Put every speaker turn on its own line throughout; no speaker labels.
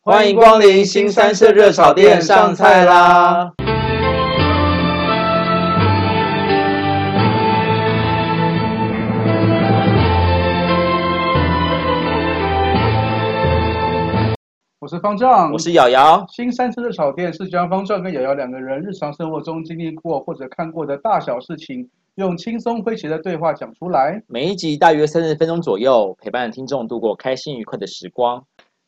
欢迎光临新三社热炒店，上菜啦！
我是方丈，
我是瑶瑶，
新三色热炒店是将方丈跟瑶瑶两个人日常生活中经历过或者看过的大小事情，用轻松诙谐的对话讲出来。
每一集大约三十分钟左右，陪伴听众度过开心愉快的时光。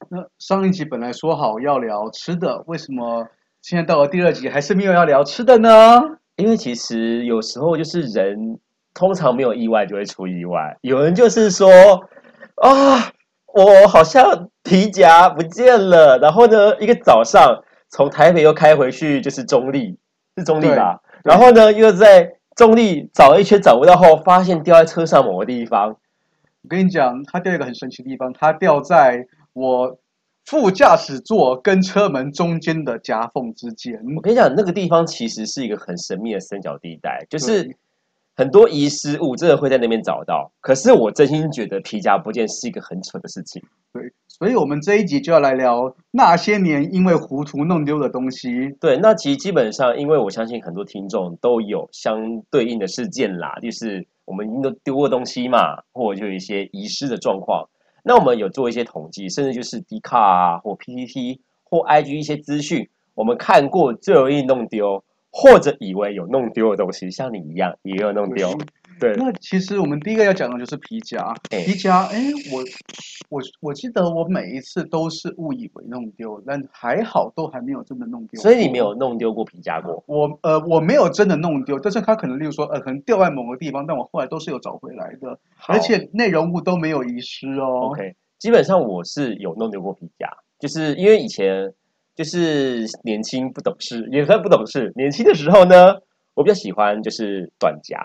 那上一集本来说好要聊吃的，为什么现在到了第二集还是没有要聊吃的呢？
因为其实有时候就是人通常没有意外就会出意外，有人就是说啊，我好像皮夹不见了，然后呢，一个早上从台北又开回去就是中立，是中立吧？
对对
然后呢，又在中立找了一圈找不到后，发现掉在车上某个地方，
我跟你讲，它掉一个很神奇的地方，它掉在我副驾驶座跟车门中间的夹缝之间。
我跟你讲，那个地方其实是一个很神秘的三角地带，就是
对
很多遗失物真的会在那边找到。可是我真心觉得皮夹不见是一个很蠢的事情。
对，所以我们这一集就要来聊那些年因为糊涂弄丢的东西。
对，那其实基本上，因为我相信很多听众都有相对应的事件啦，就是我们一定都丢过东西嘛，或者就有一些遗失的状况。那我们有做一些统计，甚至就是 d 卡啊，或 PPT 或 IG 一些资讯，我们看过最容易弄丢，或者以为有弄丢的东西，像你一样也有弄丢。对，
那其实我们第一个要讲的就是皮夹，
哎
皮夹，哎，我我我记得我每一次都是误以为弄丢，但还好都还没有真的弄丢。
所以你没有弄丢过皮夹过。
我呃我没有真的弄丢，但是它可能例如说呃可能掉在某个地方，但我后来都是有找回来的，
好
而且内容物都没有遗失哦。
OK，基本上我是有弄丢过皮夹，就是因为以前就是年轻不懂事，也算不懂事。年轻的时候呢，我比较喜欢就是短夹，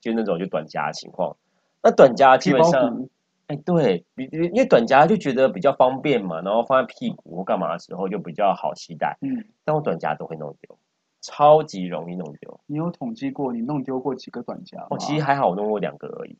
就那种就短夹的情况。那短夹基
皮
本
包
上，
骨
哎，对，比比因为短夹就觉得比较方便嘛，然后放在屁股或干嘛的时候就比较好携带。
嗯，
但我短夹都会弄丢，超级容易弄丢。
你有统计过你弄丢过几个短夹吗？
哦，其实还好，我弄过两个而已，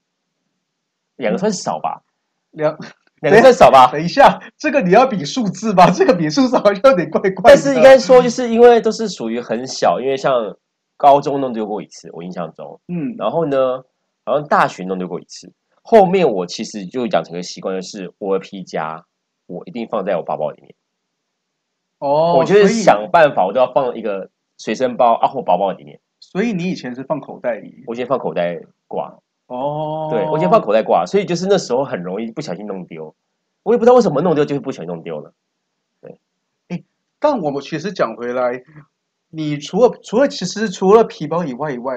嗯
两个算少吧，
两，
两个算少吧。
等一下，这个你要比数字吧？ 这个比数字好像有点怪怪的。
但是应该
嗯
说，就是因为都是属于很小，因为像高中弄丢过一次，我印象中，
嗯，
然后呢，好像大学弄丢过一次。后面我其实就养成个习惯，就是我的皮夹我一定放在我包包里面，
哦，
我就是
所以
想办法，我都要放一个随身包啊或包包里面，
所以你以前是放口袋里
我先放口袋挂，
哦？
对我先放口袋挂，所以就是那时候很容易不小心弄丢，我也不知道为什么弄丢，就是不小心弄丢了。
但我们其实讲回来，你除了除了其实除了皮包以外以外，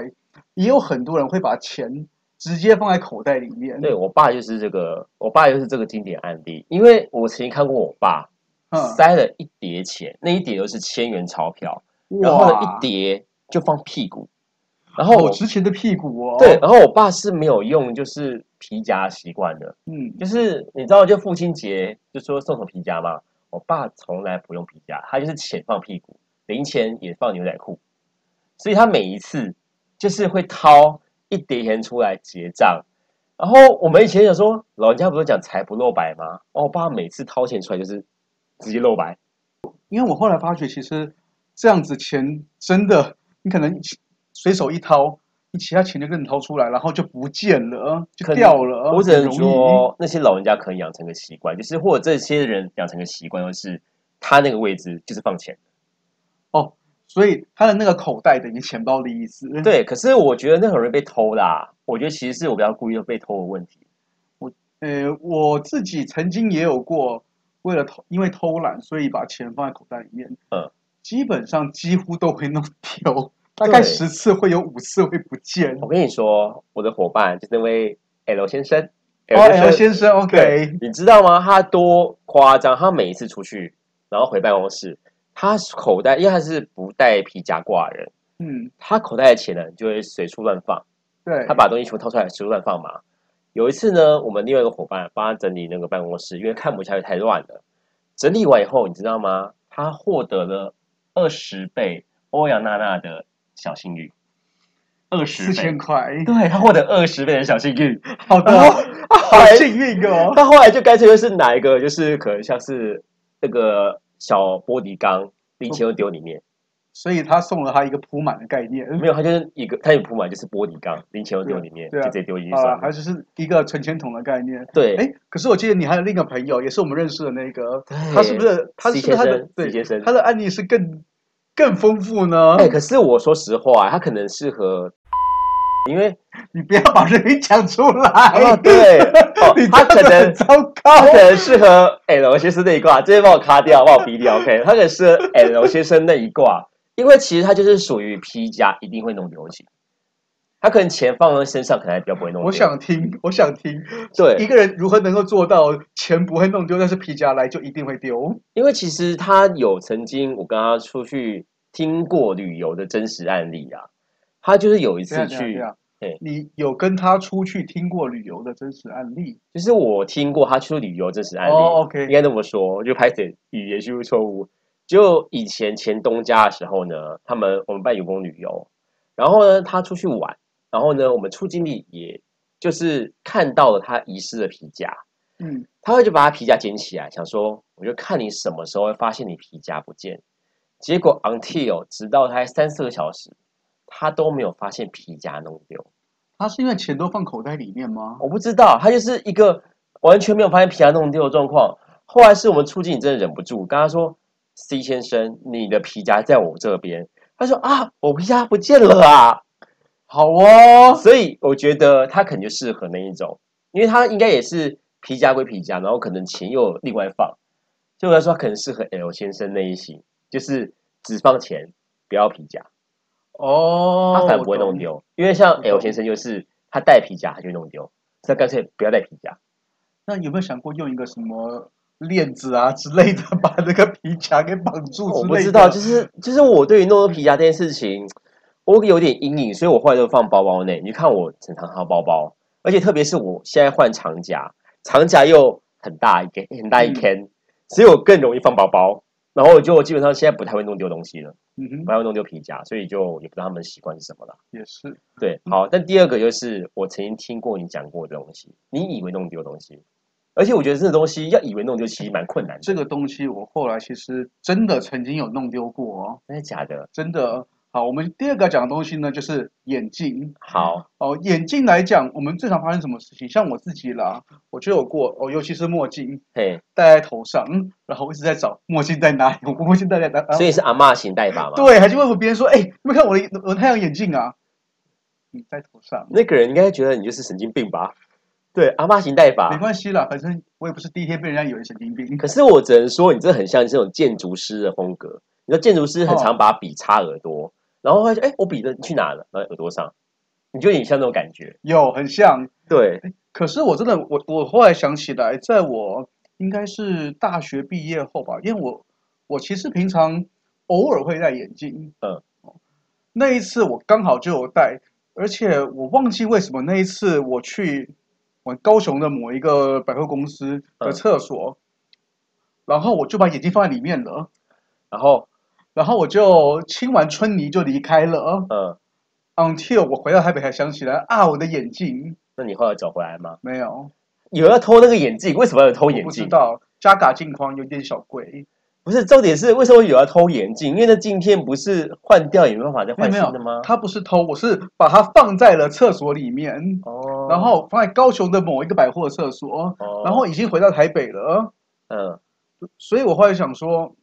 也有很多人会把钱直接放在口袋里面。
对我爸就是这个，我爸就是这个经典案例，因为我曾经看过我爸，
嗯，
塞了一叠钱，那一叠都是千元钞票，然后呢
哇，
一叠就放屁股，然后
好
我、
值钱的屁股哦。
对，，然后我爸是没有用就是皮夹习惯的，
嗯，
就是你知道就父亲节就说送什么皮夹嘛，我爸从来不用皮夹，他就是钱放屁股，零钱也放牛仔裤，所以他每一次就是会掏一叠钱出来结账。然后我们以前想说，老人家不是讲财不露白吗？哦，我爸每次掏钱出来就是直接露白，
因为我后来发觉，其实这样子钱真的，你可能随手一掏，你其他钱就跟着掏出来，然后就不见了，就
可能
掉了。
我只能
很容易嗯
说，那些老人家可能养成个习惯，就是或者这些人养成个习惯，就是他那个位置就是放钱。
哦，所以他的那个口袋等于钱包的意思。对
对，可是我觉得那很容易被偷啦。我觉得其实是我比较故意被偷的问题。
呃，我自己曾经也有过，为了偷，因为偷懒，所以把钱放在口袋里面。
嗯，
基本上几乎都会弄丢，大概
对
十次会有五次会不见。哦
我跟你说，我的伙伴就是那位 L 先生
哦，L 先生
对
，OK，，
你知道吗？他多夸张！他每一次出去，然后回办公室，他口袋因为他是不带皮夹挂的人，
嗯，
他口袋的钱呢就会随处乱放。
对
他，把东西全部掏出来，随便乱放嘛。有一次呢，我们另外一个伙伴帮他整理那个办公室，因为看不下去太乱了。整理完以后，你知道吗？他获得了二十倍欧阳娜娜的小幸运，二十
四千
倍，
块，
对他获得二十倍的小幸运。
好的，
然后
好幸运哦。
他后来就干脆就是拿一个，就是可能像是那个小玻璃缸，零钱又丢里面，
所以他送了他一个铺满的概念。
没有，它就是一个，它也铺满就是玻璃缸，零钱又丢里面，
对
就
啊
直接丢进去
好了，
算
还
了。
是是一个存钱筒的概念。
对，
哎，可是我记得你还有另一个朋友，也是我们认识的那个，
对
他是不是他是
C
不是
先
他的
生，C
对
先生
他，的案例是更更丰富呢？
哎，可是我说实话，他可能适 合，因为
你不要把人名 讲出
啊，
来，
对， 哦
你
他
真的
可能哎
很糟
他
糕
可。能适合 L 先生那一卦，这边帮我卡掉，帮我逼掉，OK？他可能 适合 L 先生那一卦，因为其实他就是属于 P 加，一定会弄丢弃。他可能钱放在身上，可能还比较不会弄丢。
我想听，我想听，一
对，
个人如何能够做到钱不会弄丢，但是皮夹来就一定会丢？
因为其实他有曾经我跟他出去听过旅游的真实案例啊，他就是有一
这样
次
这样
去
这，样
对，
你有跟他出去听过旅游的真实案例？
就是我听过他去旅游真实案例，
哦
应
，OK，
该这么说，就拍点语言叙述错误。就以前前东家的时候呢，他们我们办员工旅游，然后呢他出去玩，然后呢我们处经理也就是看到了他遗失的皮夹，
嗯，
他就把他皮夹捡起来，想说我就看你什么时候会发现你皮夹不见。结果 until 直到他三四个小时，他都没有发现皮夹弄丢。
他是因为钱都放口袋里面吗？
我不知道，他就是一个完全没有发现皮夹弄丢的状况。后来是我们促进真的忍不住，跟他说：“C 先生，你的皮夹在我这边。”他说：“啊，我皮夹不见了啊
好哦！”，
所以我觉得他肯定适合那一种，因为他应该也是皮夹归皮夹，然后可能钱又另外放。所以我来说，他可能适合 L 先生那一型，就是只放钱，不要皮夹，
哦，
他反而不会弄
我懂。
丢。因为像
我懂
L 先生就是他带皮夹，他就会弄丢，所以他干脆不要带皮夹。
那有没有想过用一个什么链子啊之类的， 把那个皮夹给绑住之类的？
哦我不知道，就是就是我对于弄丢皮夹这件事情，我有点阴影，所以我后来都放包包内。你就看我整常掏包包，而且特别是我现在换长夹，长夹又很大一个很大一
嗯
坑，所以我更容易放包包。然后我就基本上现在不太会弄丢东西了，
嗯
不
哼，
太会弄丢皮夹，所以就也不知道他们的习惯是什么了。
也是。
对，好，但第二个就是我曾经听过你讲过的东西，你以为弄丢的东西，而且我觉得这个东西要以为弄丢其实蛮困难的，
这个东西我后来其实真的曾经有弄丢过哦，
真的假的？
真的。好，我们第二个讲的东西呢，就是眼镜。
好，
哦，眼镜来讲，我们最常发生什么事情？像我自己啦，我就有过哦，尤其是墨镜
嘿，
戴在头上，嗯然后我一直在找墨镜在哪里，我墨镜戴在哪？然后
所以是阿嬷型代法嘛？
啊对，还去问别人说，哎，你没看我的我的太阳眼镜啊？你在头上，
那个人应该觉得你就是神经病吧？对，阿嬷型代
没
法。
关系啦，反正我也不是第一天被人家以为神经病。
可是我只能说，你这很像这种建筑师的风格。你知道建筑师很常把笔插耳朵，
哦
然后他就哎，我笔的去哪了？然后耳朵上，你就有点像那种感觉。
有很像，
对，
可是我真的，我我后来想起来，在我应该是大学毕业后吧，因为我我其实平常偶尔会戴眼镜，
嗯，
那一次我刚好就有戴，而且我忘记为什么那一次我去我高雄的某一个百货公司的
嗯
厕所，然后我就把眼镜放在里面了，
然后
然后我就清完春泥就离开了
嗯，
，until 我回到台北才想起来啊，我的眼镜
那你后来找回来吗？
没有。
有人要偷那个眼镜，为什么要有偷眼
我不知
镜？
道，加嘎镜框有点小贵，
不是重点是为什么有人要偷眼镜？因为那镜片不是换掉也没办法
没
再
有
换
没
新
有
的吗？，
他不是偷，我是把它放在了厕所里面，
哦
然后放在高雄的某一个百货的厕所，
哦
然后已经回到台北了，
嗯，
所以我后来想说，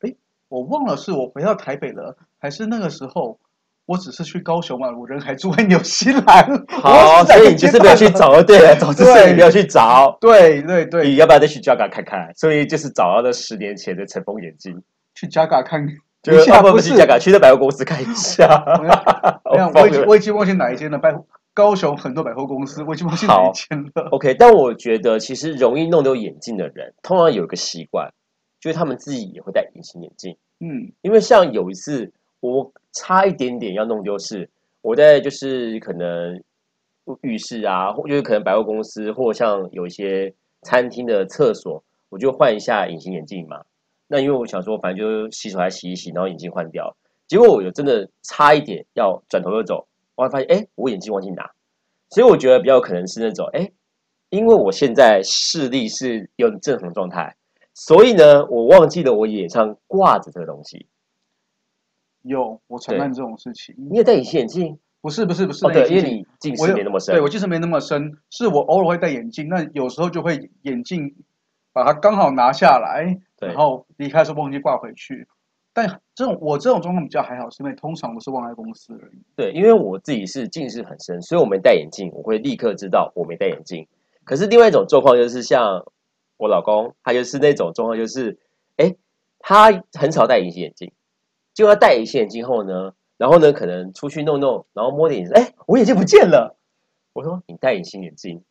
哎，我忘了是我回到台北了，还是那个时候。我只是去高雄玩，我人还住在纽西兰。
好，
我只
所
在
以
那
你就
边
是没有
办
去
了。
找，对了，找这事你没有去找。
对对对，
你要不要再去 Jaga 看看？所以就是找到那十年前的尘封眼镜，
去加嘎看。
就
一
是
下
啊不
不
不去 Jaga，去那 百货公司看一下。
我要
好
没有，我
疯
已经
了
我已经忘记哪一间了。百高雄很多百货公司，我已经忘记哪一间了。
OK，但我觉得其实容易弄丢眼镜的人，通常有一个习惯，就是他们自己也会戴隐形眼镜。
嗯，
因为像有一次我差一点点要弄丢是，我在就是可能浴室啊，或就是可能百货公司或像有一些餐厅的厕所，我就换一下隐形眼镜嘛。那因为我想说，反正就是洗手还洗一洗，然后眼镜换掉。结果我有真的差一点要转头就走，我还发现哎，诶我眼镜忘记拿。所以我觉得比较有可能是那种哎，诶因为我现在视力是有正常状态，所以呢，我忘记了我脸上挂着这个东西。
有我承认这种事情，
你也戴隐形眼镜？
不是不是不是
哦，
那个
对，
情景，
因为你近
我
视
有
没那么深
对。我近视没那么深，是我偶尔会戴眼镜，那有时候就会眼镜把它刚好拿下来，
对
然后离开的时候忘记挂回去。但这种我这种状况比较还好，是因为通常我是忘在公司而已。
对，因为我自己是近视很深，所以我没戴眼镜，我会立刻知道我没戴眼镜。可是另外一种状况就是像我老公，他就是那种状况，就是哎，他很少戴隐形眼镜，结果他戴隐形眼镜后呢，然后呢，可能出去弄弄，然后摸点眼镜，哎，我眼镜不见了。我说你戴隐形眼镜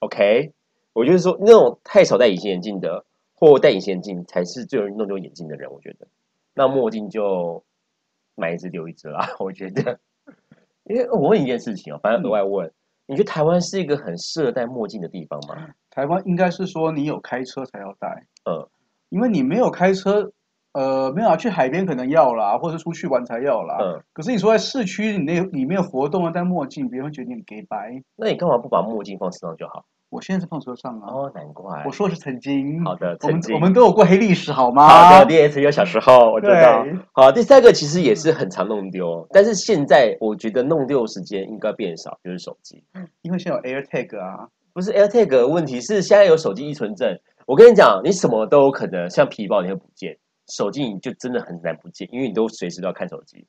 ，OK？我就是说那种太少戴隐形眼镜的，或戴隐形眼镜才是最容易弄丢眼镜的人，我觉得。那墨镜就买一只留一只啦，我觉得。因为我问一件事情哦，反
嗯
正额外问，你觉得台湾是一个很适合戴墨镜的地方 吗？
台湾应该是说你有开车才要戴，
嗯，
因为你没有开车，呃，没有啊，去海边可能要啦，或者是出去玩才要啦。
嗯，
可是你说在市区里面里面活动啊，戴墨镜，别人会觉得你 gay 白。
那你干嘛不把墨镜放身上就好？
我现在是放车上啊，
哦，难怪
我。说的是曾经。
好的，
我们
曾经
我们都有过黑历史好吗？
好的，第二次有小时候，我知道。
啊对，嗯
好，第三个其实也是很常弄丢，哦但是现在我觉得弄丢的时间应该变少，就是手机。
因为现在有 AirTag 啊，
不是 AirTag 的问题，是现在有手机依存症。我跟你讲，你什么都有可能，像皮包你会不见，手机你就真的很难不见，因为你都随时都要看手机。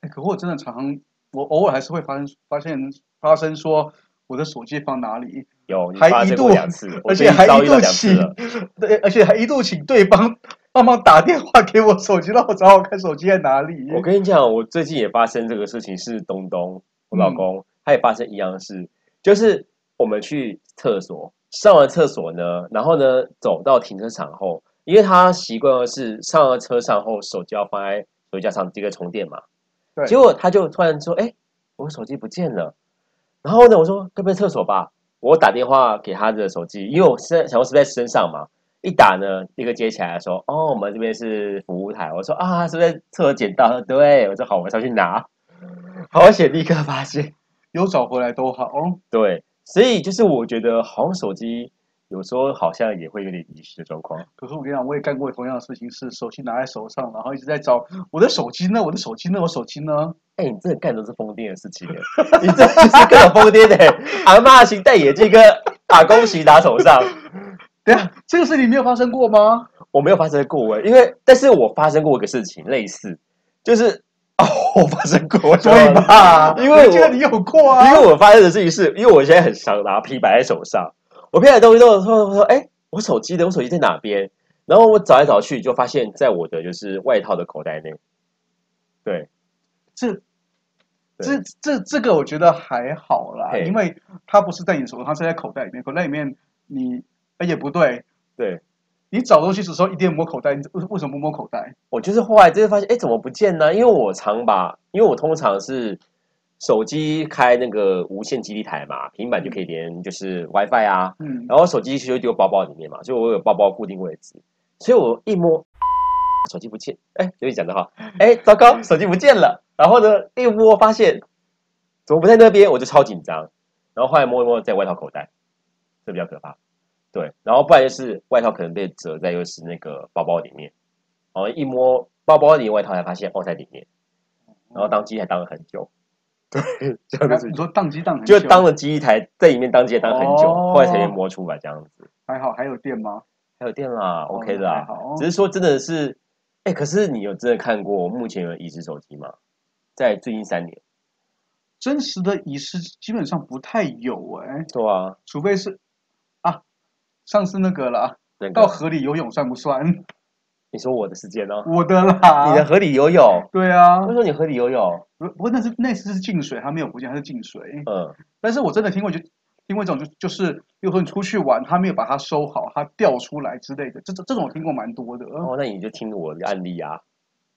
哎可我真的常常，我偶尔还是会发生发现发生说我的手机放哪里，
有，你
还
发
一
生
度
过两次，我
而
最
且
近
还
遭
一
遇到
度
两次
请
了。
对，而且还一度请对方帮忙打电话给我手机，让我找我看手机在哪里。
我跟你讲，我最近也发生这个事情，是东东，我老公、他也发生一样的事，就是我们去厕所，上完厕所呢，然后呢走到停车场后，因为他习惯的是上了车上后手机要放在手机架上，这个充电嘛，
对
结果他就突然说：“哎、我手机不见了。”然后呢，我说：“该不会厕所吧？”我打电话给他的手机，因为我身想要是在身上嘛，一打呢，立刻接起来说：“哦，我们这边是服务台。”我说：“啊，是不是在厕所捡到？” 他说对，我说好，我上去拿。 好险，立刻发现。
有找回来都好。哦
对，所以就是我觉得，好像手机有时候好像也会有点遗失的状况。
可是我跟你讲，我也干过同样的事情，是手机拿在手上，然后一直在找我的手机呢，我的手机呢，我手机呢。
哎、你真的干的都是疯癫的事情耶，欸你这就是各种疯癫的耶。阿妈型戴眼镜跟阿公型打手上，
等一下，这个事情没有发生过吗？
我没有发生过哎，因为但是我发生过一个事情类似，就是哦，我发生过，我
所
想
以
到了
嘛，
啊因为
我记得
我
你有过啊，
因为我发生的事情是，因为我现在很想拿皮摆在手上，我现在东西都说说，哎、我手机呢？我手机在哪边？然后我找来找去，就发现在我的就是外套的口袋内。对，
这
对
这这这个我觉得还好啦，
嘿
因为它不是在你手上，它是在口袋里面。口袋里面你，哎也不对，
对
你找东西的时候一定要摸口袋，你为为什么不摸口袋？
我就是后来就是发现，哎、怎么不见呢？因为我常把，因为我通常是手机开那个无线基地台嘛，平板就可以连就是 WiFi 啊，
嗯，
然后手机就丢包包里面嘛，所以我有包包固定位置，所以我一摸，手机不见，哎，有你讲的哈，哎，糟糕，手机不见了。然后呢，一摸发现怎么不在那边，我就超紧张。然后后来摸一摸在外套口袋，这比较可怕。对，然后不然就是外套可能被折在又是那个包包里面，然后一摸包包里面外套才发现哦在里面，然后当机还当了很久。对，这样子
你说宕机宕很
就
久
当了机一台，在里面当机也当很久，
哦
后来才被摸出来这样子。
还好，还有电吗
还有电啦，OK 的啊
哦还
啦。
好。
只是说真的是，哎、可是你有真的看过目前有移植手机吗？在最近三年，
真实的遗失基本上不太有哎、
对啊，
除非是啊，上次那个啦，
那个
到河里游泳算不算？
你说我的时间呢？
我的啦，
你的河里游泳，
对啊，
为什么你河里游泳？
不不过那是那次是进水，它没有不见，它是进水。
嗯，
但是我真的听过就听过一种就就是，比如说你出去玩，他没有把它收好，它掉出来之类的，这这这种我听过蛮多的。
哦，那你就听我的案例
嗯
啊，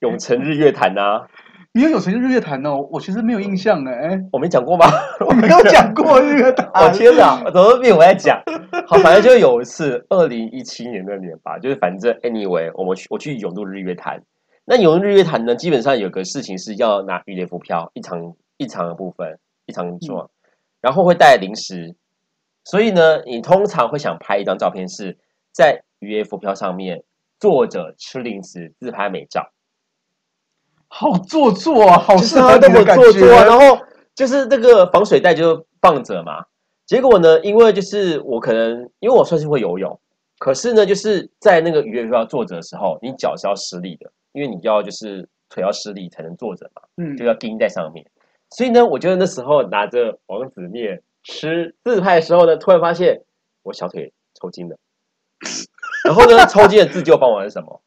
永城日月潭啊，
你有有曾经日月潭哦，我其实没有印象哎，
我没讲过吗？
我没有讲过日月潭。
我哦天哪，啊我怎么变我在讲？好，反正就有一次，二零一七年那年吧，就是反正 anyway，我们去我去永渡日月潭。那永渡日月潭呢，基本上有个事情是要拿羽联浮漂，一场一场的部分，一场做，然后会带零食。所以呢，你通常会想拍一张照片是在渔业浮漂上面坐着吃零食自拍美照，
好做作啊，好
就
适
是
合
他
你
那么
的感
做
觉啊
作，。啊然后就是那个防水袋就放着嘛。结果呢，因为就是我可能因为我算是会游泳，可是呢，就是在那个渔业漂坐着的时候，你脚是要施力的，因为你要就是腿要施力才能坐着嘛，
嗯
就，要钉在上面。所以呢，我觉得那时候拿着王子面吃自拍的时候呢，突然发现我小腿抽筋了。 然后呢，抽筋的自救方法是什么？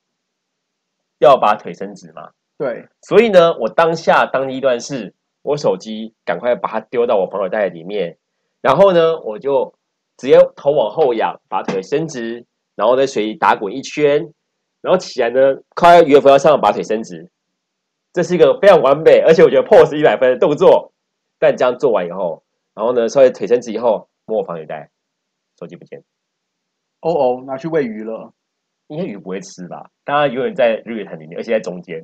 要把腿伸直嘛。
对，
所以呢，我当下当机立断是，我手机赶快把它丢到我防水袋里面，然后呢，我就直接头往后仰，把腿伸直，然后在水里打滚一圈，然后起来呢，靠在鱼浮上把腿伸直，这是一个非常完美，而且我觉得 pose 一百分的动作。但这样做完以后，然后呢，稍微腿伸直以后，摸我防水袋，手机不见。
哦哦，拿去喂鱼了。
应该鱼不会吃吧？当然永远在日月潭里面，而且在中间，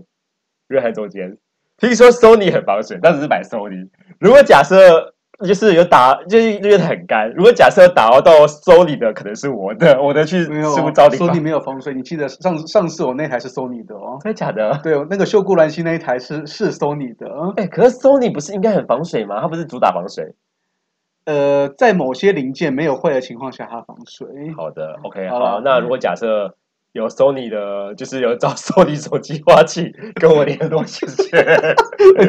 日月潭中间。听说 Sony 很防水，但只是买 Sony。如果假设就是有打，就是日月潭很干，如果假设打到 Sony 的，可能是我的，我的去
没有
输招地方
，Sony。没有防水。你记得上上次我那台是 Sony 的哦。
真的假的？
对，那个秀姑兰溪那一台是是 Sony 的。
哎、可是 Sony 不是应该很防水吗？它不是主打防水？
呃，在某些零件没有坏的情况下，它防水。
好的，OK，
好
好。
啦嗯
那如果假设有 Sony 的，就是有找 Sony 手机花器跟我联络，谢谢。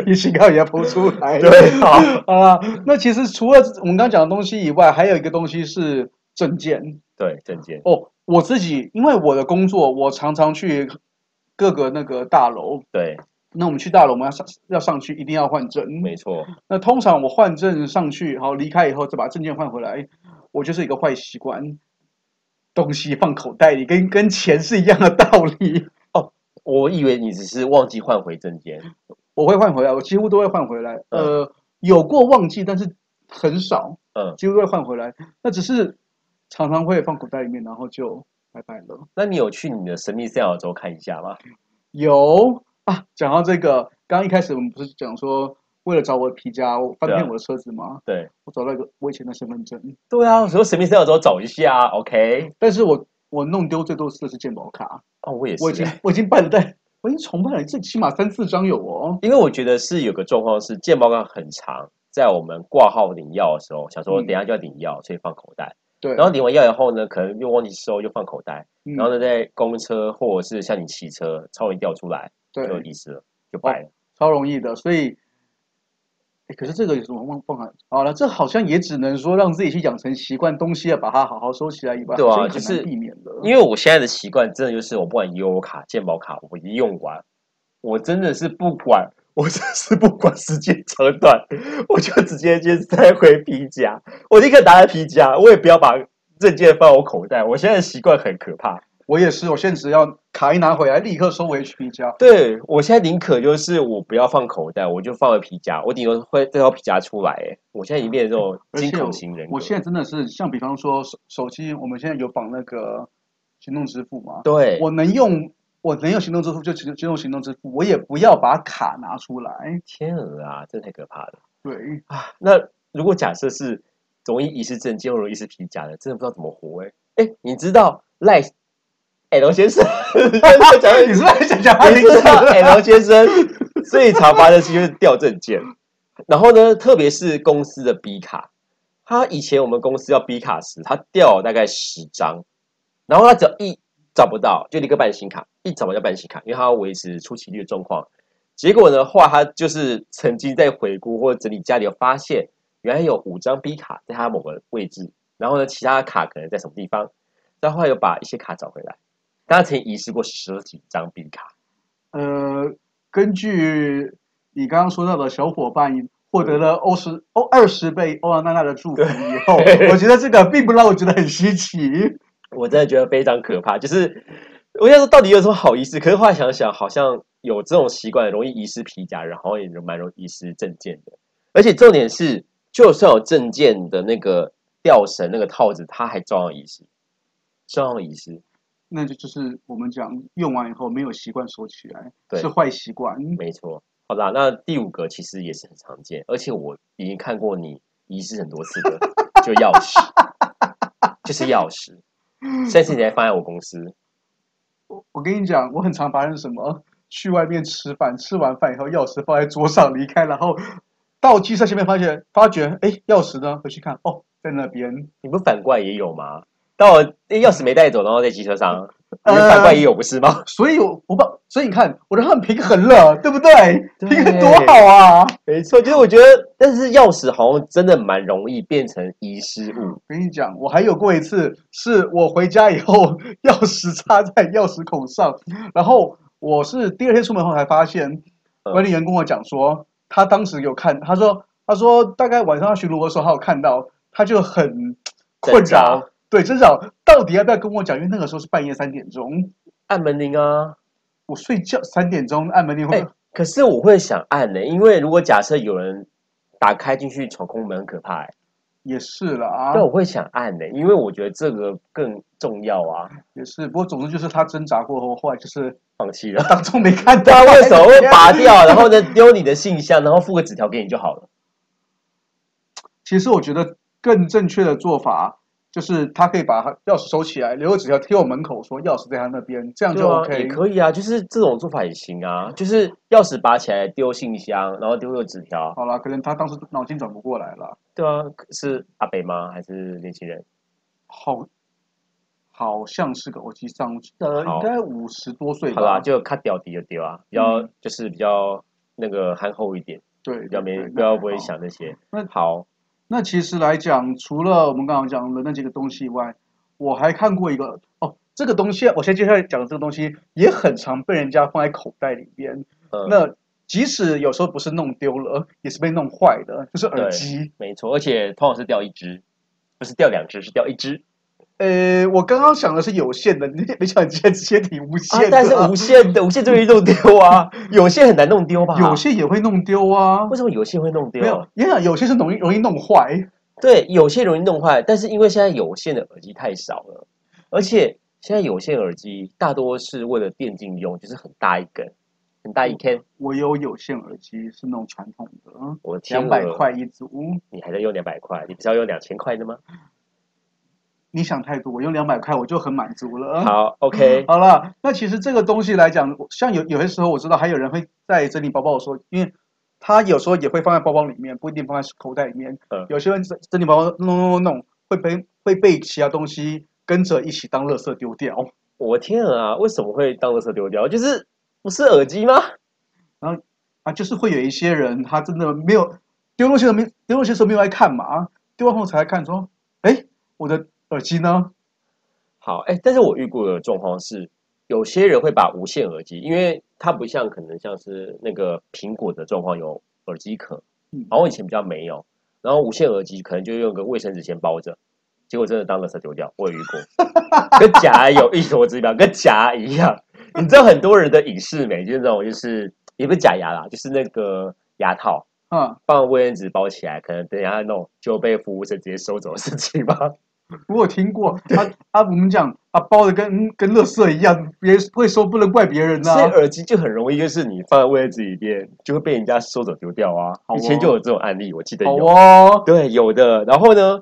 你请告也不出来。
对，好，
啊，那其实除了我们刚刚讲的东西以外，还有一个东西是证件
对，证件，
哦。我自己因为我的工作，我常常去各个那个大楼。
对，
那我们去大楼，我们要上要上去，一定要换证。
没错，
那通常我换证上去，好离开以后再把证件换回来，我就是一个坏习惯，东西放口袋里，跟跟钱是一样的道理。
我以为你只是忘记换回证件，
我会换回来，我几乎都会换回来。呃，有过忘记，但是很少，
嗯，
几乎都会换回来。那只是常常会放口袋里面，然后就拜拜了。
那你有去你的神秘赛亚州看一下吗？
有啊，讲到这个，刚刚一开始我们不是讲说，为了找我的皮夹，我翻
对啊
遍我的车子吗？
对，
我找到一个我以前的身份证，
对啊，我说神秘赛亚州走一下，OK。啊
但是我我弄丢最多次的是健保卡，
哦，我也是，
我已经我已经办了，但我已经重办了，最起码三四张有哦。
因为我觉得是有个状况是健保卡很长，在我们挂号领药的时候，想说
嗯
等一下就要领药，所以放口袋。
对，
然后领完药以后呢，可能又忘记收，又放口袋。
嗯
然后呢，在公车或者是像你骑车，超容易掉出来，就
对，哦
遗失了，就白了。
超容易的，所以。诶可是这个有什么办办法？好了，这好像也只能说让自己去养成习惯，东西要把它好好收起来以外，
对啊
好像很
就是
难避免的。
因为我现在的习惯真的就是，我不管悠游卡、健保卡，我一用完，我真的是不管，我真的是不管时间长短，我就直接先塞回皮夹，我立刻拿来皮夹，我也不要把证件放我口袋。我现在的习惯很可怕，
我也是，我现在只要卡一拿回来，立刻收回去皮夹。
对我现在宁可就是我不要放口袋，我就放回皮夹，我顶多会再掏皮夹出来。哎，我现在已经变成这种
而
惊
且
恐型人格。
我现在真的是像比方说手手机，我们现在有绑那个行动支付嘛，
对
我能用我能用行动支付就只只用行动支付，我也不要把卡拿出来。
天鹅啊，真的太可怕了。
对，
那如果假设是容易遗失证件或容易遗失皮夹的，真的不知道怎么活哎、欸、你知道赖 L 先生？
你是不是想讲他
你
名字
知？ 道
啊
L 哎先生最常发生的事就是掉证件，然后呢，特别是公司的 B 卡，他以前我们公司要 B 卡时，他掉了大概十张，然后他只要一找不到，就立刻办新卡，一找不到就办新卡，因为他要维持出勤率的状况。结果呢，后来他就是曾经在回顾或者整理家里，有发现原来有五张 B 卡在他某个位置，然后呢，其他的卡可能在什么地方，但后来又把一些卡找回来。但他曾经遗失过十几张 B 卡，
呃，根据你刚刚说到的小伙伴。获得了欧十欧二十倍欧阳娜娜的祝福以后，
对
我觉得这个并不让我觉得很稀奇。
我真的觉得非常可怕。就是我想说，到底有什么好遗失？可是后来想想，好像有这种习惯，容易遗失皮夹，然后也蛮容易遗失证件的。而且重点是，就算有证件的那个吊绳、那个套子，它还照样遗失，照样遗失。
那就就是我们讲用完以后没有习惯收起来，
对
是坏习惯。
没错。好啦，那第五个其实也是很常见，而且我已经 看过你遗失很多次的，就钥匙，就是钥匙。下次你来放在我公司，
我我跟你讲，我很常发生什么？去外面吃饭，吃完饭以后钥匙放在桌上离开，然后到机车前面发现发觉，哎，钥匙呢？回去看，哦，在那边。
你不反过来也有吗？到我诶钥匙没带走，然后在机车上， 你们反过来也有不是吗？
所以我我把，所以你看，我让他们平衡 了，对不对？
对
平衡多好啊！
呃没错，就是我觉得，但是钥匙好像真的蛮容易变成遗失物
我。跟你讲，我还有过一次，是我回家以后 钥匙插在钥匙孔上，然后我是第二天出门后才发现，
嗯
管理员跟我讲说，他当时有看，他说他说大概晚上他巡逻的时候，他有看到，他就很困
挣扎
扰，对，挣扎到底要不要跟我讲，因为那个时候是半夜三点钟，
按门铃啊，
我睡觉三点钟按门铃会
哎，可是我会想按呢、因为如果假设有人打开进去闯空门，很可怕、欸。
也是了啊
但，我会想按呢、因为我觉得这个更重要啊。
也是，不过总之就是他挣扎过后，后来就是
放弃了，
当中没看
对
到，
啊，为什 么会拔掉？ 然后呢，丢你的信箱，然后附个纸条给你就好了。
其实我觉得更正确的做法就是，他可以把钥匙收起来，留个纸条贴我门口，说钥匙在他那边，这样
对
就
啊，
OK。
也可以啊，就是这种做法也行啊，就是钥匙拔起来丢信箱，然后丢个纸条。
好啦，可能他当时脑筋转不过来了，
对啊，是阿北吗？还是年轻人？
好，好像是个我记上呃，
好
应该五十多岁
好啦，
吧。
就看屌底就丢啊，比较、就是比较那个憨厚一点，
对，
比较没
对对
不要不会
那
想那些。
那
好，
那其实来讲，除了我们刚刚讲的那几个东西以外，我还看过一个哦，这个东西我先接下来讲的这个东西也很常被人家放在口袋里边。
嗯，
那即使有时候不是弄丢了，也是被弄坏的，就是耳
对
机。
没错，而且通常是掉一只，不是掉两只，是掉一只
呃，我刚刚想的是有线的，你没想到直接直接挺无
啊
线的，，
但是无线的无线最容易弄丢啊， 有线很难弄丢吧？
有线也会弄丢啊
为。什么有线会弄
没有
丢？，
你想有些是容易容易弄坏，
对，有线容易弄坏，但是因为现在有线的耳机太少了，而且现在有线耳机大多是为了电竞用，就是很大一根，很大一
嗯
K，
我有有线耳机是那种传统的，
我的天
两
鹅
百块一组。
你还在用两百块，你不是要用两千块的吗？
你想太多，我用两百块我就很满足了。
好，OK，
好了，那其实这个东西来讲，像有有些时候我知道还有人会在整理包包的时候，因为他有时候也会放在包包里面，不一定放在口袋里面。
嗯
有些人整整理包包弄弄弄弄，会被会被其他东西跟着一起当垃圾丢掉。
我天鹅啊，为什么会当垃圾丢掉？就是不是耳机吗？
啊，就是会有一些人他真的没有丢东西的没丢东西的时候没有来看嘛，丢完后才来看说，哎，我的耳机呢？
好，哎、但是我遇过的状况是，有些人会把无线耳机，因为它不像可能像是那个苹果的状况有耳机壳
嗯，
然后以前比较没有，然后无线耳机可能就用个卫生纸先包着，结果真的当垃圾丢掉，我也遇过，跟假有一坨之表，跟假一样。你知道很多人的影视美就是那种就是也不是假牙啦，就是那个牙套。
啊，
放卫生纸包起来，可能等一下弄就被服务生直接收走的事情吧。
我有听过， 他啊，我们讲啊，包的跟跟垃圾一样，别人会收不能怪别人呐、啊
所以耳机就很容易，就是你放在卫生纸里面，就会被人家收走丢掉啊。
好哦
以前就有这种案例，我记得
好
有。
哦，
对，有的。然后呢，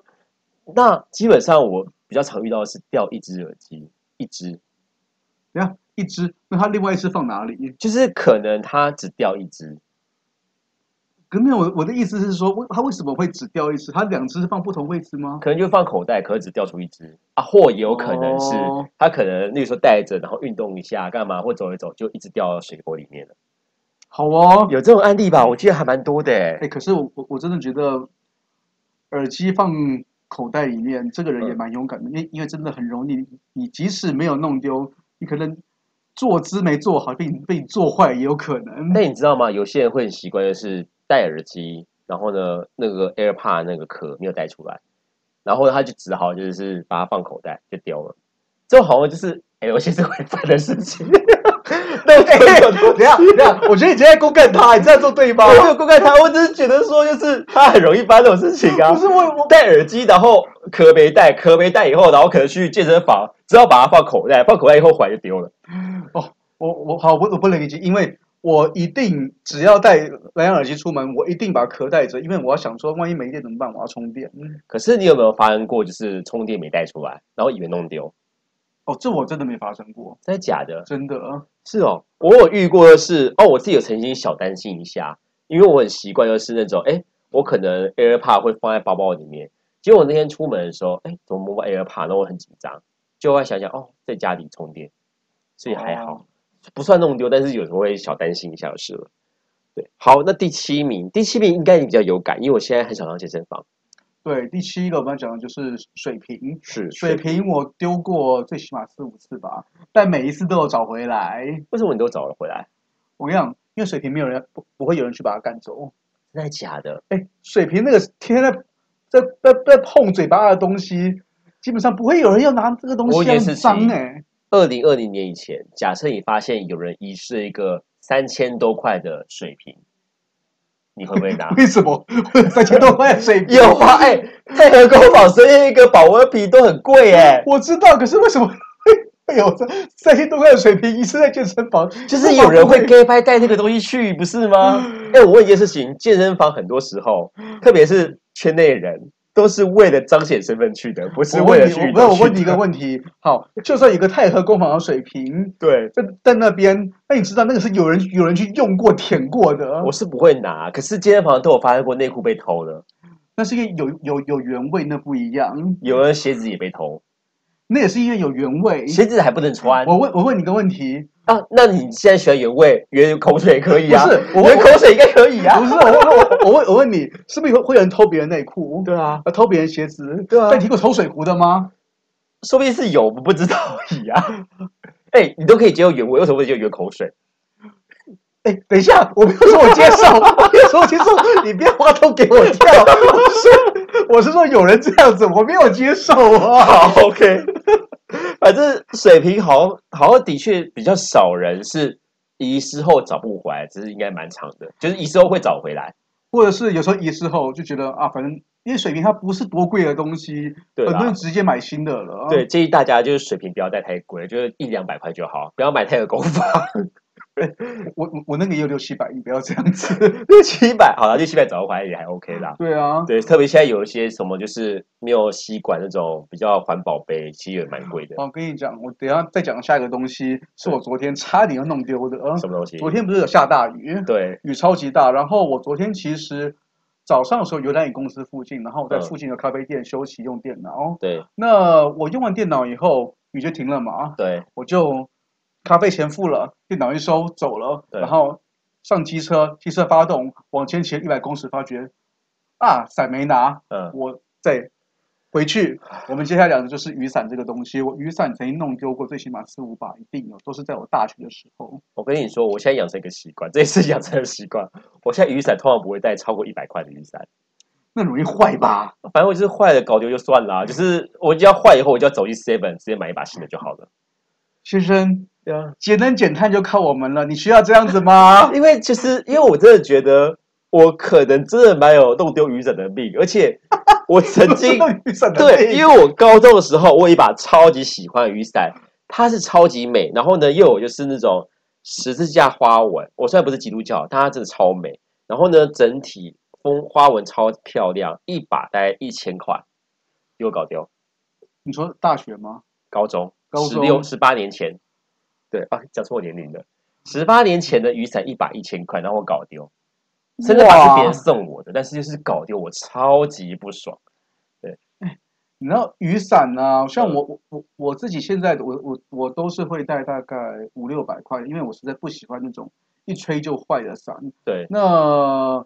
那基本上我比较常遇到的是掉一只耳机，一只，
等一下一只，那他另外一只放哪里？
就是可能它只掉一只，
可没有，我我的意思是说，为他为什么会只掉一只？他两只是放不同位置吗？
可能就放口袋，可是只掉出一只啊，或也有可能是
哦
它可能，例如说带着，然后运动一下干嘛，或走一走，就一直掉到水沟里面了。
好哦，
有这种案例吧？我记得还蛮多的、欸
哎、。可是我我我真的觉得，耳机放口袋里面，这个人也
嗯
蛮勇敢的，因为因为真的很容易，你即使没有弄丢，你可能坐姿没做好，被你被你坐坏也有可能。
但你知道吗？有些人会很习惯，就是戴耳机，然后呢，那个 AirPod 那个壳没有带出来，然后他就只好就是把它放口袋就丢了。这好像就是哎，有些是会犯的事情。
等
对
一下等一下，我觉得你现在公干他，你这样做对吗
我没有公开他，我只是觉得说，就是他很容易发生这种事情啊。
不是我我
戴耳机，然后壳没带，壳没带以后，然后可能去健身房，只好把它放口袋，放口袋以后回来就丢了。
我我好，我不我不能理解，因为我一定只要带蓝牙耳机出门，我一定把壳带着，因为我要想说，万一没电怎么办？我要充电。嗯
可是你有没有发生过，就是充电没带出来，然后以为弄丢，
哦，这我真的没发生过，
真的假的？
真的。啊
是哦，我有遇过的是哦，我自己有曾经小担心一下，因为我很习惯就是那种，哎，我可能 AirPod 会放在包包里面，结果我那天出门的时候，哎，怎么摸到 AirPod，那我很紧张，就后来想想，哦，在家里充电，所以还好，
哦
不算弄丢，但是有时候会小担心一下就是了。对，好，那第七名，第七名应该你比较有感，因为我现在很少上健身房，
对，第七个我们要讲的就是水瓶，
是
水瓶我丢过最起码四五次吧，但每一次都有找回来。
为什么你都找了回来？
我跟你讲，因为水瓶没有人不不会有人去把它赶走。
真的假的？
哎，水瓶那个天天在在在在碰嘴巴的东西，基本上不会有人要拿这个东
我
西
也
啊，
是
很脏
急
哎、
二零二零年以前，假设你发现有人遗失了一个三千多块的水瓶，你会不会拿
？为什么三千多块水瓶？
有啊，哎、太和宫保随便一个保温瓶都很贵哎、
我知道，可是为什么 会有这三千多块的水瓶一次在健身房？
就是有人会 gay 拍带那个东西去，不是吗？ 哎、我问一件事情，健身房很多时候，特别是圈内人，都是为了彰显身份去的，不是
我
为
问
了
你，
去
我
运
没有，
动
我
去
问你一
的
个问题。好，就算一个太和工坊的水瓶
对，
在在那边，那你知道那个是有人有人去用过、舔过的，
我是不会拿，可是健身房都有发生过内裤被偷的，
那是因为有有有原味，那不一样。
有人鞋子也被偷，
那也是因为有原味。
鞋子还不能穿。
我问我问你一个问题，
啊，那你现在喜欢原味原口水也可以啊，
不是我
原口水应该可以啊
不。是我我我我问我问你，是不是会会有人偷别人内裤？
对啊，
呃，偷别人鞋子？
对啊
但你听过偷水壶的吗？
说不定是有，我不知道而已啊。哎、你都可以接受原味，为什么不能接受原口水？
哎，等一下，我没有说我接受，我没有说我接受，你不要话筒给我跳。我是我是说有人这样子，我没有接受啊。
好，OK。反正水瓶好像好像的确比较少人是遗失后找不回来，这是应该蛮长的，就是遗失后会找回来，
或者是有时候遗失后就觉得啊，反正因为水瓶它不是多贵的东西，
对
很多
啦
人。直接买新的了。啊
对，，建议大家就是水瓶不要带太贵，就是一两百块就好，不要买太有 功法。
我我我那个也有六七百，你不要这样子。
六七百好了，六七百找得回来也还 OK 啦。
对啊，
对，特别现在有一些什么就是没有吸管那种比较环保杯，其实也蛮贵的。
我跟你讲，我等一下再讲下一个东西，是我昨天差点要弄丢的。啊
什么东西？
昨天不是有下大雨，
对，
雨超级大。然后我昨天其实早上的时候游在你公司附近，然后我在
嗯
附近的咖啡店休息用电脑。
对
那我用完电脑以后，雨就停了嘛，
对
我就咖啡钱付了，电脑一收走了，
对
然后上机车，机车发动往前骑一百公尺，发觉啊伞没拿，
嗯，
我再回去，我们接下来讲的就是雨伞这个东西。我雨伞曾经弄丢过，最起码四五把，一定有，都是在我大学的时候。
我跟你说，我现在养成一个习惯，这也是养成的习惯。我现在雨伞通常不会带超过一百块的雨伞，
那容易坏吧？
反正我就是坏了搞丢就算啦，就是我只要坏以后，我就要走进 Seven 直接买一把新的就好了。
先生，
对啊，
节能减碳就靠我们了，你需要这样子吗？
因为就是因为我真的觉得我可能真的蛮有弄丢雨伞的命，而且我曾经
我知道 雨伞的
对，
背
因为我高中的时候，我有一把超级喜欢的雨伞，它是超级美，然后呢又有就是那种十字架花纹。我虽然不是基督教，但它真的超美。然后呢，整体风花纹超漂亮，一把大概一千块，给我搞丢。
你说大学吗？
高中，
高
十
中
六十八年前，对啊，讲错年龄了。十八年前的雨伞一把一千块，然后我搞丢，真的把是别人
哇
送我的，但是就是搞丢，我超级不爽。
你知道雨伞呢、像
嗯
我我我我自己现在的我我我都是会带大概五六百块，因为我实在不喜欢那种一吹就坏的伞。
对
那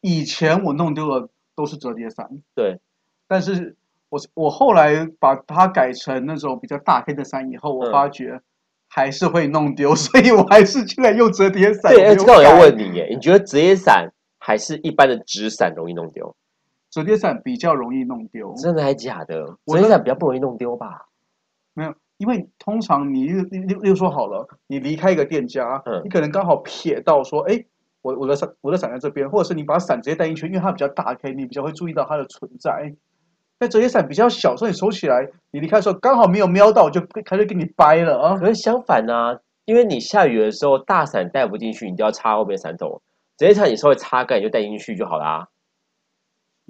以前我弄丢的都是折叠伞，
对，
但是我我后来把它改成那种比较大黑的伞以后，我
嗯
发觉还是会弄丢，所以我还是现在用折叠伞。
对，
没
哎，
有
这个我要
改
问你耶，你觉得折叠伞还是一般的纸伞容易弄丢？
折叠伞比较容易弄丢，
真的还假的？
我
折叠
的
伞比较不容易弄丢吧？
没有，因为通常你例例例如说好了，你离开一个店家，
嗯
你可能刚好瞥到说，哎，我我的伞我的伞在这边，或者是你把伞直接带进去，因为它比较大可以你比较会注意到它的存在。但折叠伞比较小，所以你收起来，你离开的时候刚好没有瞄到，我就开始给你掰了啊。
可是相反呢、因为你下雨的时候大伞带不进去，你就要插后面的伞头。折叠伞你稍微擦干，你就带进去就好啦。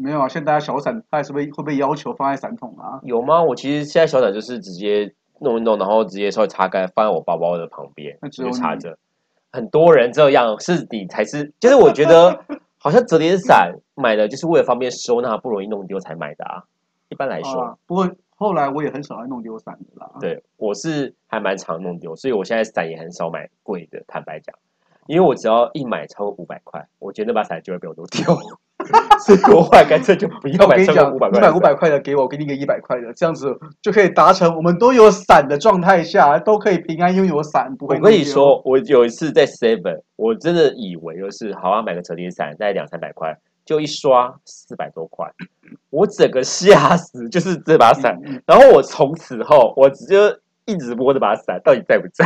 没有啊，现在大家小伞，它还是会会被要求放在伞桶啊。
有吗？我其实现在小伞就是直接弄一弄，然后直接稍微擦干，放在我包包的旁边，
那只
我
有
就插
你
着。很多人这样，是你才是，就是我觉得好像折叠伞买的就是为了方便收纳，不容易弄丢才买的啊。一般来说，
啊，不过后来我也很少爱弄丢伞的啦。，
对，我是还蛮常弄丢，所以我现在伞也很少买贵的，坦白讲，因为我只要一买超过五百块，我觉得那把伞就会被我弄丢， 所以我后来干脆就不要
我跟
买
你
超
讲，
过
你
五百块。
买五百，块的给我，我给你一个一百块的，这样子就可以达成我们都有伞的状态下，都可以平安拥有伞，不会
我
弄丢。
跟你说，我有一次在 Seven，我真的以为就是好啊，买个折叠伞，大概两三百块，就一刷四百多块，我整个吓死，就是这把伞
嗯，嗯
然后我从此后，我直接一直摸着把伞，到底在不在？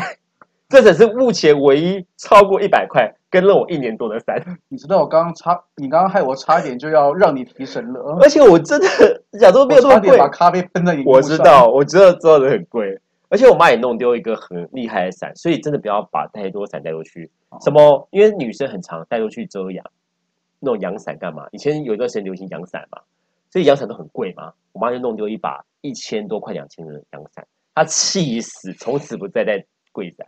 这只是目前唯一超过一百块跟了我一年多的伞，
你知道我刚刚差，你刚刚害我差点就要让你提神了，
而且我真的假装 没有
我
那
差
么
点
贵
把，咖啡喷在你。
我知，道，我知道，知道的很贵。而且我妈也弄丢一个很厉害的伞，所以真的不要把太多伞带出去。什么？因为女生很常带出去遮阳，那种阳伞干嘛？以前有一段时间流行阳伞嘛，所以阳伞都很贵嘛。我妈就弄丢一把一千多块、两千的阳伞，她气死，从此不再带贵伞，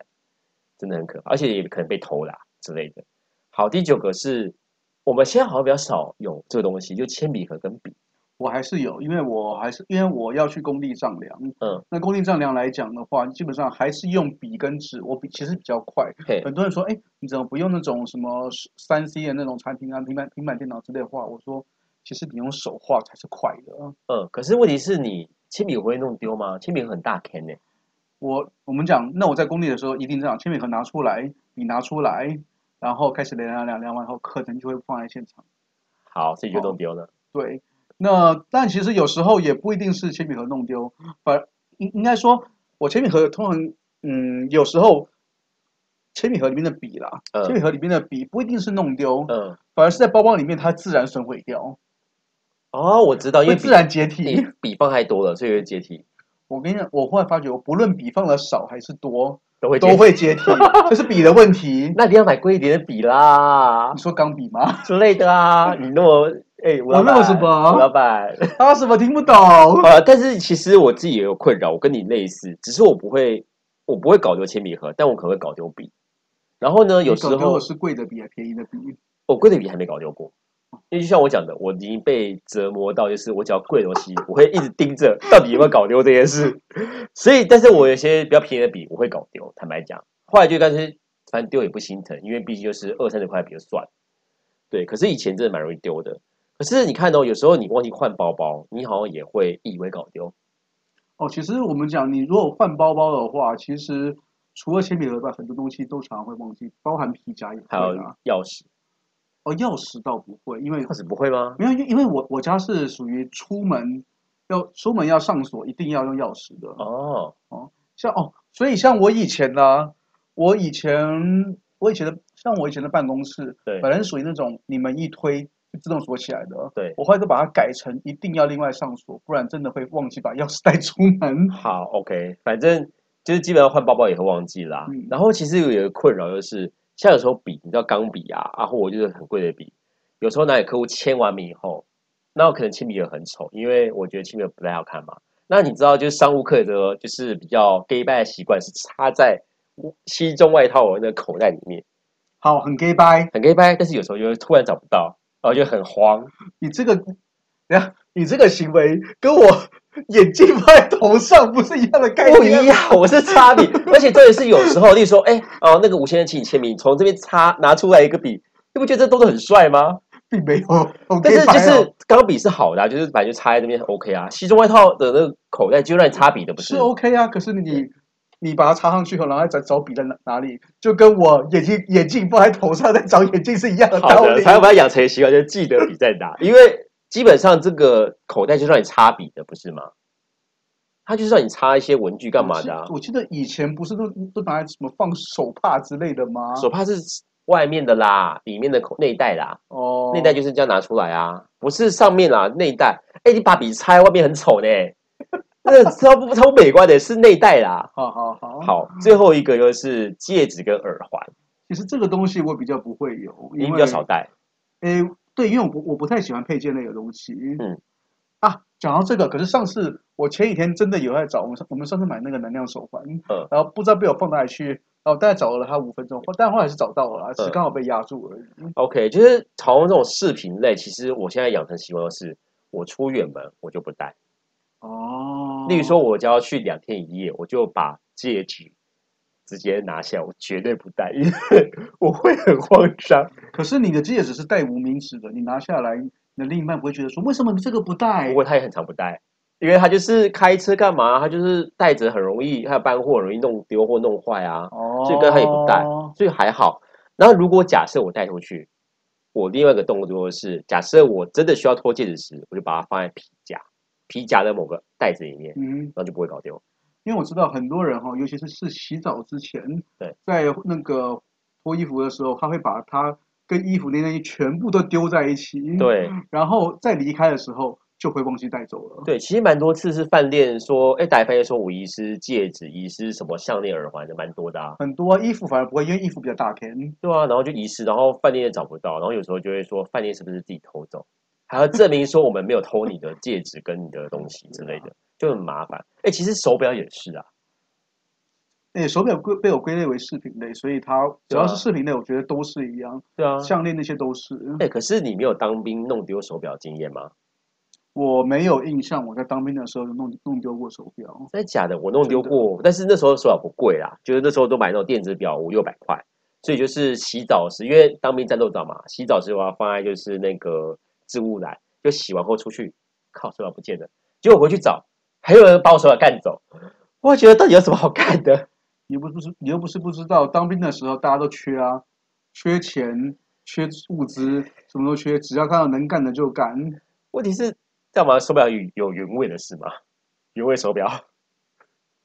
真的很可怕，而且也可能被偷啦之类的。好，第九个是我们现在好像比较少有这个东西，就铅笔盒跟笔。
我还是有，因为我还是因为我要去工地丈量。
嗯，
那工地丈量来讲的话，基本上还是用笔跟纸，我比其实比较快。
嘿，
很多人说，哎，你怎么不用那种什么三 C 的那种产品啊，平板平板电脑之类的话？我说，其实你用手画才是快啊的。
嗯，可是问题是你铅笔盒会弄丢吗？铅笔盒很大坑呢、
我我们讲，那我在工地的时候一定这样，铅笔盒拿出来，笔拿出来，然后开始量量量量完后，可能就会放在现场。
好，所以就弄丢了。
对，那但其实有时候也不一定是铅笔盒弄丢，反应应该说，我铅笔盒通常，嗯，有时候铅笔盒里面的笔啦，
嗯
铅笔盒里面的笔不一定是弄丢，
嗯，
反而是在包包里面它自然损毁掉，
哦，我知道，因为
会
笔
自然解
你
体。
笔放太多了，所以会解体，
我跟你讲，我忽然发觉，我不论笔放的少还是多，
都会解
都
体。
会解体，这是笔的问题。
那你要买贵一点的笔啦
你说钢笔吗？
之类的啊。你那么哎、吴老
我那
板，
有什么
吴老 板，
他啊什么听不懂？
呃，但是其实我自己也有困扰，我跟你类似，只是我不会，我不会搞丢铅笔盒，但我可能会搞丢笔。然后呢，有时
你搞丢
候
的是贵的笔还是便宜的笔？
我贵的笔还没搞丢过，因为就像我讲的，我已经被折磨到，就是我只要贵的东西，我会一直盯着到底有没有搞丢这件事。 所以，但是我有些比较便宜的笔，我会搞丢。坦白讲，后来就干脆反正丢也不心疼，因为毕竟就是二三十块笔就算了。对，可是以前真的蛮容易丢的。可是你看哦，有时候你忘记换包包，你好像也会以为搞丢。
哦，其实我们讲，你如果换包包的话，其实除了铅笔盒以外，很多东西都常常会忘记，包含皮夹也会
还有
啊。
钥匙，
哦，钥匙倒不会，因为
钥匙不会吗？
没有，因为因为我我家是属于出门要出门要上锁，一定要用钥匙的。
哦，
像哦，所以像我以前呢，我以前我以前的像我以前的办公室，
对
本来是属于那种你们一推就自动锁起来的，
对，
我后来都把它改成一定要另外上锁，不然真的会忘记把钥匙带出门。
好，OK，反正就是基本上换包包也会忘记啦。
嗯
然后其实有一个困扰就是，像有时候笔，你知道钢笔啊，啊或我就是很贵的笔，有时候拿给客户签完名以后，那我可能铅笔也很丑，因为我觉得铅笔不太好看嘛。那你知道，就是商务客的，就是比较 gay 拜的习惯是插在西装外套的那个口袋里面，
好，很 gay 拜，
很 gay 拜，但是有时候就会突然找不到，然后就很慌。
你这个，等下你这个行为跟我 眼镜放在头上不是一样的概念，
不一样，我是擦笔， 而且重点是有时候，例如说，哎、哦，那个吴先生请你签名，从这边擦拿出来一个笔，你不觉得这动作很帅吗？
并没有很 gay 掰哦。
但是就是钢笔是好的、啊，就是反正就插在那边很 OK 啊。西装外套的那个口袋就让你插笔的，不是
是？OK 啊，可是你你把它插上去后，然后再找笔在哪哪里，就跟我眼镜眼镜放在头上再找眼镜是一样的
好
道
的，
理。
才要把它养成一个习惯，就是记得笔在哪，因为基本上这个口袋就是让你插笔的，不是吗？它就是让你插一些文具干嘛的、啊？
我记得以前不是都都拿来什么放手帕之类的吗？
手帕是外面的啦，里面的口内袋啦。
哦，
内袋就是这样拿出来啊，不是上面啦，内袋。哎、你把笔拆，外面很丑呢，那个超不 超不美观的，是内袋啦。
好好好。
好，最后一个就是戒指跟耳环，
其实这个东西我比较不会有，
你
因
比
为
较少戴。
诶，对，因为我不我不太喜欢配件类的东西。
嗯，
啊，讲到这个，可是上次我前几天真的有在找，我们上我们上次买那个能量手环，
嗯
然后不知道被我放哪里去，然后大概找了它五分钟，但后来是找到了啦，只是
嗯
刚好被压住而已。
OK，就是好像这种饰品类，其实我现在养成习惯是，我出远门我就不戴。
哦，
例如说，我只要去两天一夜，我就把戒指直接拿下，我绝对不戴，因为 我会很慌张。
可是你的戒指是戴无名指的，你拿下来，你的另一半不会觉得说为什么你这个不戴
不？过他也很常不戴，因为他就是开车干嘛，他就是带着很容易，还有搬货很容易弄丢或弄坏啊，
哦，
这个他也不戴所以还好。然后如果假设我带出去，我另外一个动作是，假设我真的需要脱戒指时，我就把它放在皮夹，皮夹的某个袋子里面，
嗯，
然后就不会搞丢。
因为我知道很多人哈、哦，尤其是是洗澡之前，
对，
在那个脱衣服的时候，他会把它跟衣服那些全部都丢在一起，，
对
然后在离开的时候就会忘记带走了。
对，其实蛮多次是饭店说，哎，打开饭店说我遗失戒指、遗失什么项链、耳环的，蛮多的啊。
很多衣服反而不会，因为衣服比较大片。
对啊，然后就遗失，然后饭店也找不到，然后有时候就会说饭店是不是自己偷走，还要证明说我们没有偷你的戒指跟你的东西之类的，就很麻烦。哎，其实手表也是啊，
哎，手表归被我归类为饰品类，所以它只
对啊
要是饰品类，我觉得都是一样，
对啊，
项链那些都是。
哎，可是你没有当兵弄丢手表经验吗？
我没有印象，我在当兵的时候有弄弄丢过手表。
真的假的？我弄丢
真的
过，但是那时候手表不贵啦，就是那时候都买那种电子表五六百块，所以就是洗澡时，因为当兵战斗澡嘛，洗澡时我要放在就是那个置物篮，就洗完后出去，靠，手表不见了，结果回去找，还有人把我手表干走，我觉得到底有什么好干的？
你不是你又不是不知道，当兵的时候大家都缺啊，缺钱、缺物资，什么都缺，只要看到能干的就干。
问题是干嘛手表有有原味的事吗？原味手表，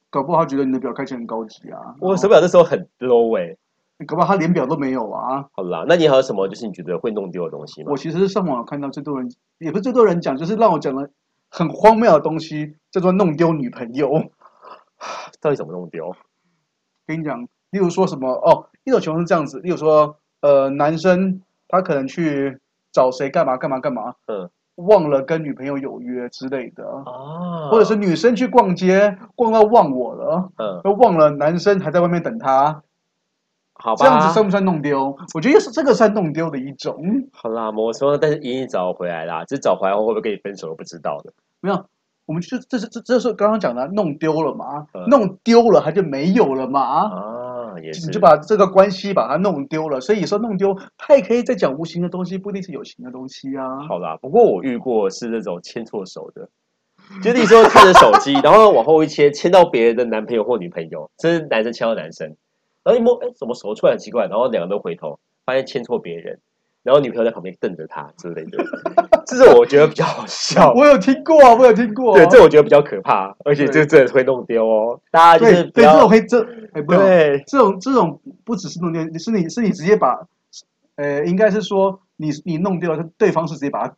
搞不好他觉得你的表看起来很高级啊，
我手表那时候很 low 哎、
搞不好他连表都没有啊。
好啦，那你还有什么就是你觉得会弄丢的东西吗
我？其实是上网看到最多人，也不是最多人讲，就是让我讲了很荒谬的东西，叫做弄丢女朋友。
到底怎么弄丢？
跟你讲，例如说什么哦，一种情况是这样子，例如说呃，男生他可能去找谁干嘛干嘛干嘛，
嗯，
忘了跟女朋友有约之类的，
啊
或者是女生去逛街逛到忘我了，
嗯，
都忘了男生还在外面等她，
好
这
吧，
样子算不算弄丢？我觉得是这个算弄丢的一种。
好啦，摩托，但是一定找回来啦，只是找回来后会不会跟你分手都不知道的。
没有，我们就这是这这是刚刚讲的啊弄丢了嘛，
嗯
弄丢了它就没有了嘛，
啊，也，
就是你就把这个关系把它弄丢了。所以说弄丢，它也可以在讲无形的东西，不一定是有形的东西啊。
好啦。不过我遇过是那种牵错手的，就那时候看着手机，然后往后一牵，牵到别人的男朋友或女朋友，这是男生牵到男生，然后一摸，哎，怎么手突然奇怪？然后两个都回头，发现牵错别人，然后女朋友在旁边瞪着他之类 的，这是我觉得比较好笑。
我有听过啊，我有听过啊、
对，这我觉得比较可怕，而且这真的会弄丢哦。大家就
对
是
对，
不
这种
要
会这哎不用，
对
这种这种不只是弄丢，是你是你直接把，呃，应该是说你你弄丢了，对方是直接把它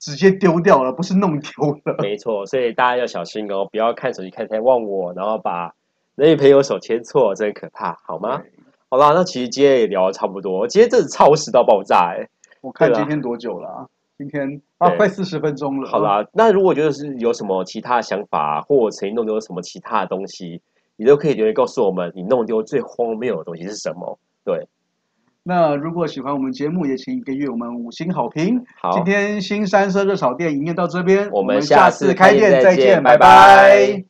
直接丢掉了，不是弄丢了。
没错，所以大家要小心哦，不要看手机看太忘我，然后把男女朋友手牵错，真的可怕，好吗？好啦，那其实今天也聊的差不多，今天真的超时到爆炸哎、
我看
对啊
今天多久了、啊？今天啊，
对
快四十分钟了。
好，啦，那如果就是有什么其他想法，啊或者曾经弄丢什么其他的东西，你都可以留言告诉我们，你弄丢最荒谬的东西是什么？对，
那如果喜欢我们节目，也请给予我们五星好评。
好，
今天新山社热炒店营业到这边，
我们
下
下
次
次
开
开店
店
再
再
见
见，拜
拜拜
拜